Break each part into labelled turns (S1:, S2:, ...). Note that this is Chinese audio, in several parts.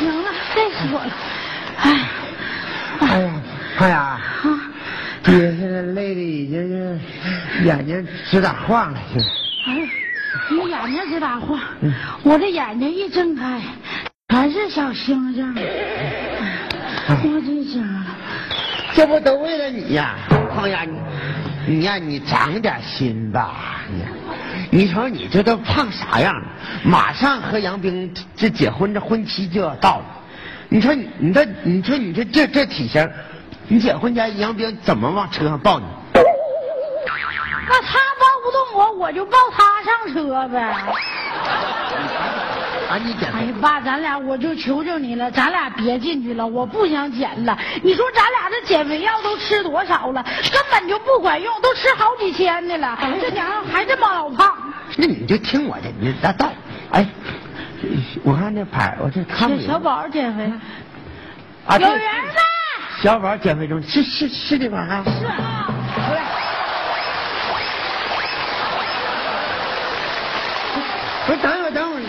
S1: 我，哎，
S2: 哎呀，哎呀，爹现在累的已经是眼睛直打晃了，现在。
S1: 哎，你眼睛直打晃，我这眼睛一睁开，全是小星星，我这家，
S2: 这不都为了你呀、哎呀，你你呀、你长点心吧。哎你你瞅你这都胖啥样了？马上和杨冰这结婚这婚期就要到了。你说你你这你说你这这这体型，你结婚前杨冰怎么往车上抱你？
S1: 那他抱不动我，我就抱他上车呗。
S2: 啊，你减
S1: 哎
S2: 肥
S1: 呀，爸，咱俩我就求求你了，咱俩别进去了，我不想减了。你说咱俩这减肥药都吃多少了，根本就不管用，都吃好几千的了，这家伙还这么老胖。
S2: 那你就听我的，你拉倒。哎，我看这牌，我这看不
S1: 小
S2: 明
S1: 小宝减肥，
S2: 啊，
S1: 有
S2: 这
S1: 人吗？
S2: 小宝减肥中心是是是这玩意儿啊。
S1: 是啊，
S3: 嗯
S2: 不是，等会儿，等会儿。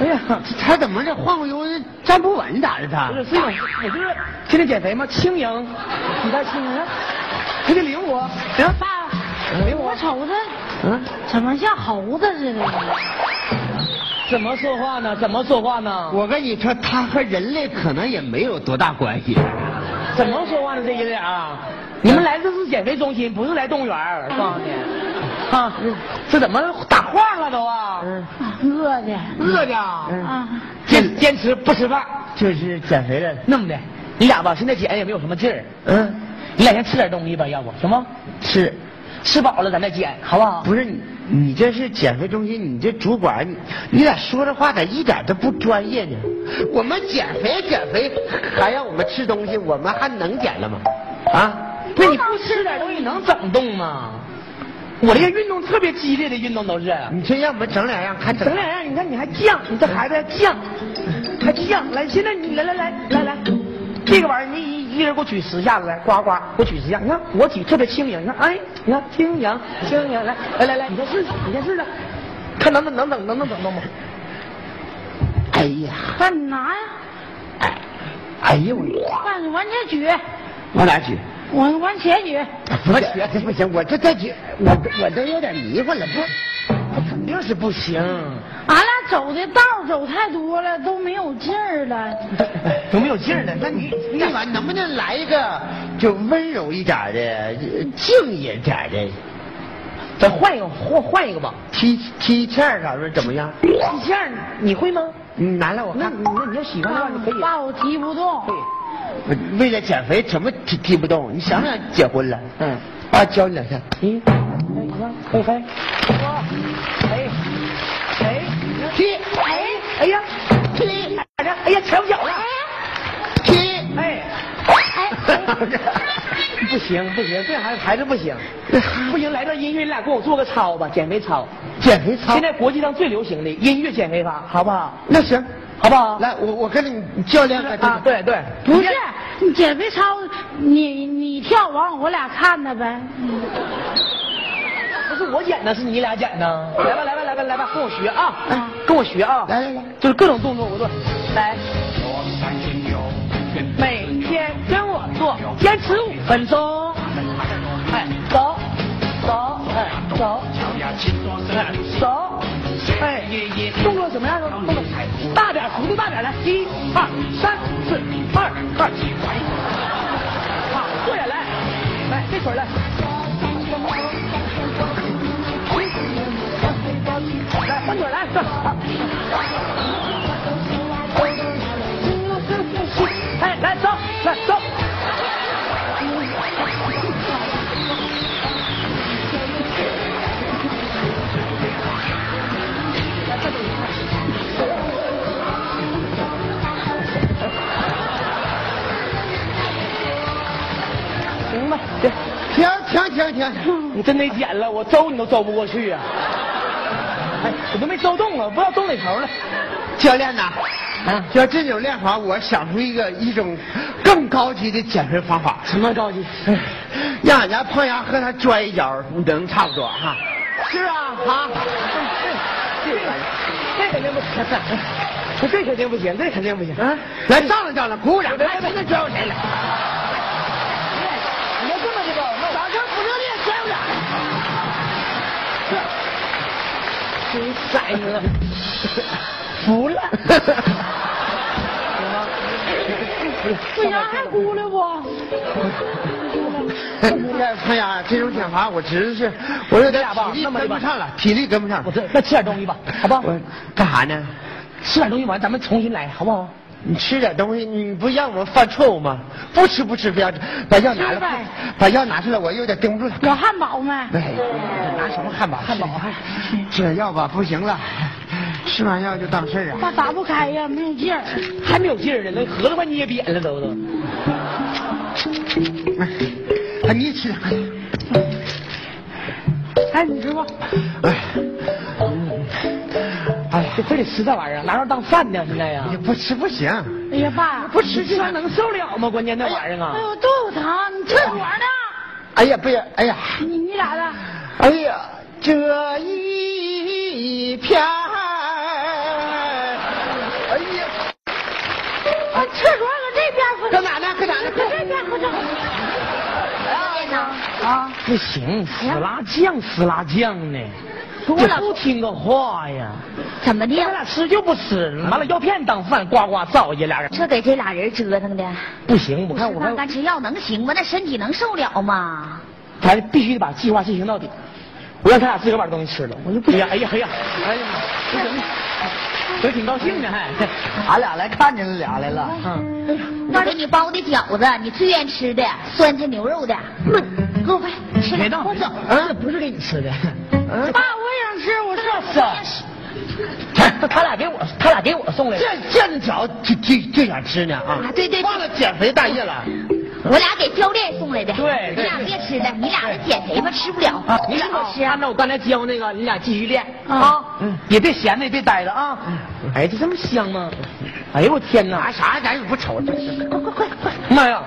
S2: 哎呀，他怎么这晃晃悠悠站不稳咋的？他
S3: 不是，所以我啊我就是天天减肥嘛，轻盈，你再轻盈，他就领我，行，
S1: 爸，
S3: 领
S1: 我
S3: 我，
S1: 瞅着
S2: 嗯，
S1: 怎么像猴子似的？
S3: 怎么说话呢？怎么说话呢？
S2: 我跟你说，他和人类可能也没有多大关系。
S3: 怎么说话呢？这爷俩啊，你们来这是减肥中心，不是来动物园儿，告诉你，啊，这怎么打晃了都啊？
S2: 嗯，
S1: 饿的
S3: 饿的啊，
S2: 嗯
S1: 啊，
S3: 坚坚持不吃饭，
S2: 就是减肥了。
S3: 弄的，你俩吧，现在减也没有什么劲儿，
S2: 嗯，
S3: 你俩先吃点东西吧，要不行吗？
S2: 是，
S3: 吃饱了咱再减，好不好？
S2: 不是你？你这是减肥中心，你这主管，你你咋说这话咋一点都不专业呢？我们减肥减肥，还让我们吃东西，我们还能减了吗？啊？
S3: 那你不吃点东西能整动吗？我这个运动特别激烈的运动都是，
S2: 你这让我们整两样，还整
S3: 整两样，你看你还犟，你这孩子还犟，还犟。来，现在你来来来来来，这个玩意儿你一一人给我举十下子来，呱呱，给我举十下。你看我举特别轻盈，你看哎，你看轻盈轻盈，来来来来，你先试试，你先试试，看能不能能整能能整动吗？
S2: 哎呀，
S1: 爸，你拿呀，
S2: 哎，哎呦我，
S1: 爸，你往前举，
S2: 往哪举？
S1: 我往前举。
S2: 不行不行，我这这举，我我都有点迷糊了，不，我肯定是不行。
S1: 俺俩走的道儿走太多了，都没有劲儿了。
S3: 有没有劲儿呢？那你
S2: 你那玩意儿能不能来一个就温柔一点的、静一点的
S3: 咱换一个换换一个吧。
S2: 踢踢毽儿啥的怎么样？
S3: 你这样你会吗？
S2: 你拿来我
S3: 那
S2: 看。
S3: 你那你要喜欢的话，你可以。
S1: 爸，嗯我提不动。
S3: 可以。
S2: 我为了减肥，怎么踢踢不动？你想想，结婚了，
S3: 嗯，
S2: 啊，教你两下。
S3: 一，哎，你看，可以可以。哇，哎，哎，
S2: 踢
S3: 哎，哎呀，
S2: 踢
S3: 咋着？哎呀，踩我脚了！
S2: 踢！
S3: 哎， 不行不行，这孩子还是不行，不行，来段音乐，你俩给我做个操吧，减肥操。
S2: 减肥操
S3: 现。在国际上最流行的音乐减肥法，好不好？
S2: 那行，
S3: 好不好？
S2: 来，我我跟你教练个这
S3: 啊，
S2: 个。
S3: 对对，
S1: 不是，你减肥操，你你跳完我俩看的呗。
S3: 不是我减的，是你俩减的。来吧来吧来吧来吧，跟我学
S1: 嗯
S3: 啊，跟我学啊，
S2: 来来来，
S3: 就是各种动作我做，来。每天跟我做，坚持五分钟。哎，走，走，哎，走，哎，走，哎，动作怎么样？动作大点，幅度大点，来，一、二、三、四、二、二。好，坐下来，来这腿儿来。来，翻腿儿来，这儿好哎，来走，来走。行吧，行，
S2: 停停停停！
S3: 你真得减了，我周你都周不过去啊！哎，我都没周动啊，不知道周哪头了。
S2: 教练呐，
S3: 啊
S2: 像这种练法，我想出一个一种更高级的减肥方法，
S3: 什么着急？
S2: 让俺家胖丫和他拽一脚，能差不多哈？是啊，啊，
S3: 哎这肯定不行。这肯定不行，这肯定不行啊！
S2: 来照亮照亮，鼓鼓 掌，
S3: 别
S2: 看
S3: 别别
S2: 谁能追上谁了。
S3: 你要这么的吧，那
S2: 掌声不热烈，追不了。
S3: 真塞了， 服 了。
S1: 不行，还咕噜不？
S2: 哎呀，这种奖罚我真是，我有点体力跟不上了，体力跟不上。
S3: 我这那吃点东西吧，好不好？
S2: 我干啥呢？
S3: 吃点东西完，咱们重新来，好不好？
S2: 你吃点东西，你不让我犯错误吗？不吃不吃，不要把药拿
S1: 吃
S2: 来
S1: 呗，
S2: 把药拿出来，我有点盯不住了。
S1: 有汉堡没？
S2: 哎，拿什么汉堡？汉
S3: 堡
S2: 吃点药吧，不行了，吃完药就当事儿
S1: 那
S2: 啊。
S1: 打不开呀，没有劲儿。
S3: 还没有劲儿呢，那合了半捏扁了都都。
S2: 哎，你吃点。
S1: 哎，你吃吧。
S2: 哎，哎呀，
S3: 这非得吃这玩意儿，拿着当饭呢，现在呀
S2: 你，不吃不行。
S1: 哎呀，爸，
S3: 不吃啊这玩意儿能受了吗？关键那玩意儿
S1: 哎
S3: 啊，
S1: 呦，肚子疼，你厕所呢？
S2: 哎呀，不呀，哎呀。
S1: 你你咋的？
S3: 啊
S2: 哎呀，这一片儿，哎呀，
S1: 啊，厕所搁这边不
S2: 搁
S1: 正，
S2: 哪呢？搁哪呢？
S1: 搁这边不
S3: 哎
S1: 正。
S4: 哎
S1: 啊，
S3: 不行，死拉酱死拉酱呢，
S1: 不
S3: 你
S1: 了
S3: 不听个话哎呀，
S4: 怎么的？
S3: 咱俩吃就不吃，完了药片当饭，呱呱造去俩人。
S4: 这给这俩人折腾的，
S3: 不行，我看
S4: 吃
S3: 我
S4: 饭
S3: 看
S4: 干吃药能行吗？那身体能受了吗？
S3: 咱必须得把计划进行到底。我让他俩自个儿把东西吃了，我就不行。哎哎呀哎呀哎呀，不行，我挺高兴的还。
S2: 俺俩来看见俩来了。
S3: 嗯，
S4: 那给你包的饺子，你最愿吃的酸菜牛肉的，嗯，给我快吃
S3: 别
S4: 点。
S3: 闹，这不是给你吃的。
S1: 爸，我也想吃，我上
S3: 是啊，他他俩给我，他俩给我送来的
S2: 这。这脚就就就想吃呢啊！
S4: 啊对对对
S2: 忘了减肥大业了。
S4: 我俩给教练送来的。
S3: 对
S4: 你
S3: 对
S4: 俩别吃了，你俩是减肥吧，吃不了。
S3: 啊你俩
S4: 我吃
S3: 按照我刚才教那个，你俩继续练啊，也别闲的，也别待着啊。哎，这这么香吗？哎呦我天哪
S2: 拿！啥咱也不瞅，这是
S4: 快快快快！
S3: 妈呀，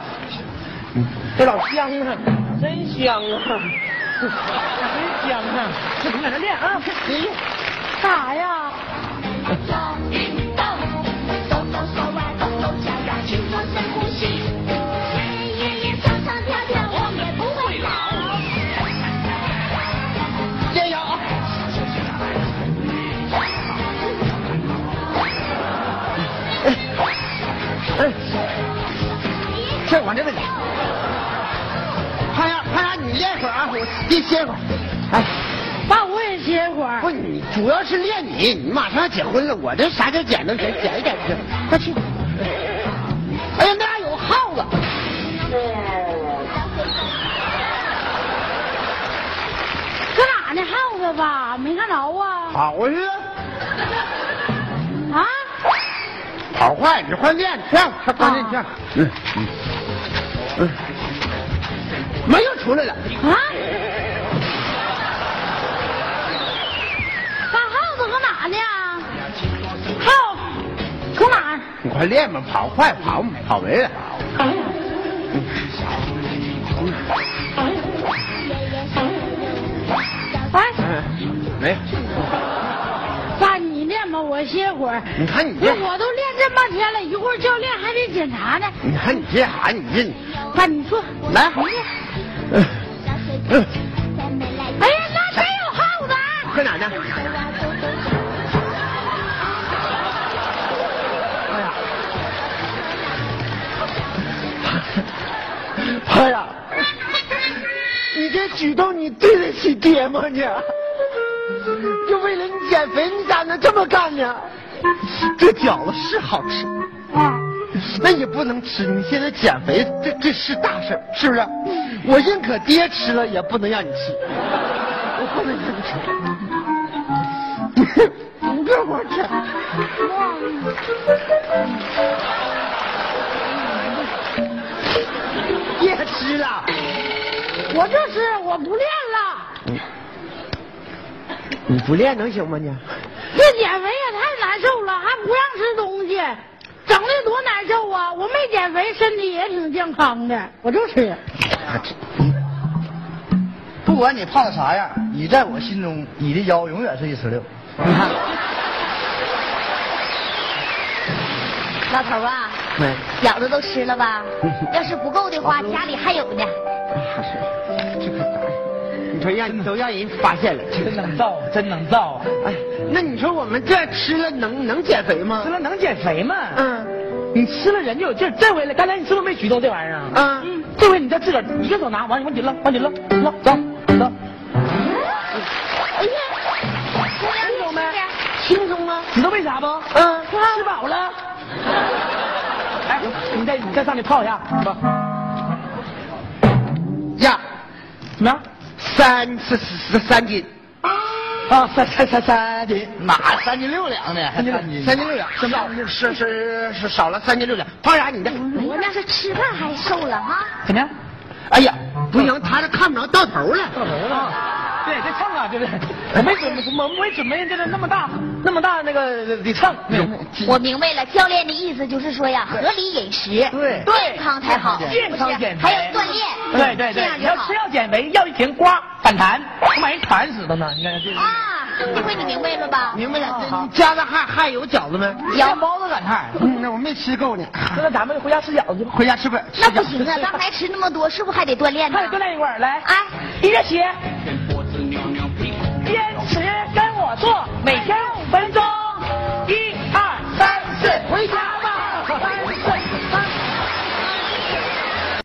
S3: 这老香啊，真香啊，真香啊！这你搁那练啊，
S1: 干啥呀？
S2: 加油啊！哎，这我这问题。胖丫，胖丫，你练会儿啊，我先歇会儿。哎，
S1: 爸，我也歇会儿
S2: 不，。你主要是练你，你马上要结婚了，我这啥叫减能减减一减去，快去。哎呀，那还有耗子。
S1: 搁哪呢？耗子吧，没看着啊。
S2: 好啊，
S1: 啊？
S2: 好坏，你换练，跳，快换练跳。嗯嗯嗯，没有出来了。
S1: 啊？爸，耗子搁哪呢？耗，搁哪儿？
S2: 你快练吧，跑快跑，跑没了。
S1: 哎，
S2: 嗯，没有。
S1: 爸，你练吧，我歇会儿。
S2: 你看你
S1: 那
S2: 这，
S1: 我都练这么半天了，一会儿教练还得检查呢。
S2: 你看你这啥？你这你
S1: 爸，你说，
S2: 来，嗯嗯，
S1: 哎呀，那真有耗子啊！
S2: 搁哪呢？哎呀，哎呀，你这举动你对得起爹吗你？就为了你减肥，你咋能这么干呢？这饺子是好吃，那也不能吃。你现在减肥，这这是大事儿，是不是？我认可爹吃了，也不能让你吃，我不能让你吃。你别我吃，别吃了。
S1: 我就是我不练了，
S2: 你不练能行吗你？
S1: 这减肥也太难受了，还不让吃东西，整的多难受啊！我没减肥，身体也挺健康的，我就吃。
S5: 不管你胖啥样，你在我心中，你的腰永远是一尺六。
S2: 你看，
S4: 老头儿啊，
S2: 没，
S4: 饺子都吃了吧？要是不够的话，家里还有呢。
S2: 哎这可咋你说让你都让人发现了，
S3: 真能造，啊真能造，
S2: 哎，那你说我们这吃了能能减肥吗
S3: 吃？了能减肥吗？
S2: 嗯
S3: 你吃了人就有劲儿。这回了，刚才你是不是没举动这玩意儿啊？
S2: 嗯，
S3: 嗯，这回你再自个儿一个手拿，完你往你扔，往你扔，扔走走，
S4: 哎呀，
S3: 听懂没？
S2: 轻松啊。
S3: 知道为啥不？
S2: 嗯，
S3: 吃饱了。哎，你再你再上去泡一下，不？
S2: 呀，
S3: 怎么样？
S2: 三三三三斤，
S3: 啊，三三三三斤，
S2: 哪三斤六两呢？
S3: 三斤六两
S2: 三斤六两，少是是是少了三斤六两。胖啥你的？
S4: 我那是吃饭还瘦了哈。
S3: 怎么样？
S2: 哎呀，不行，他这看不着到头了。
S3: 到头了。对，再蹭啊，对不对？我没准备，我没准备这个那么大那么大那个得蹭。
S4: 我明白了，教练的意思就是说呀，合理饮食，
S3: 对
S4: 健康才好，
S3: 健康减肥
S4: 还有锻炼，
S3: 对对
S4: 这
S3: 对，
S4: 样
S3: 你
S4: 就
S3: 要
S4: 好
S3: 吃。药减肥，要一瓶瓜反弹，我把人弹死了呢。你看这。
S4: 啊，这回你明白了吧？
S2: 明白了，这你家的还还有饺子没？
S3: 面啊包都赶趟
S2: 嗯，那我没吃够呢，
S3: 那咱们回家吃饺子去吧。
S2: 回家吃饭。
S4: 那不行啊，刚才吃那么多，是不是还得锻炼呢
S3: 快？点跟在一块儿来。
S4: 哎，
S3: 一个斜，坚持跟我做，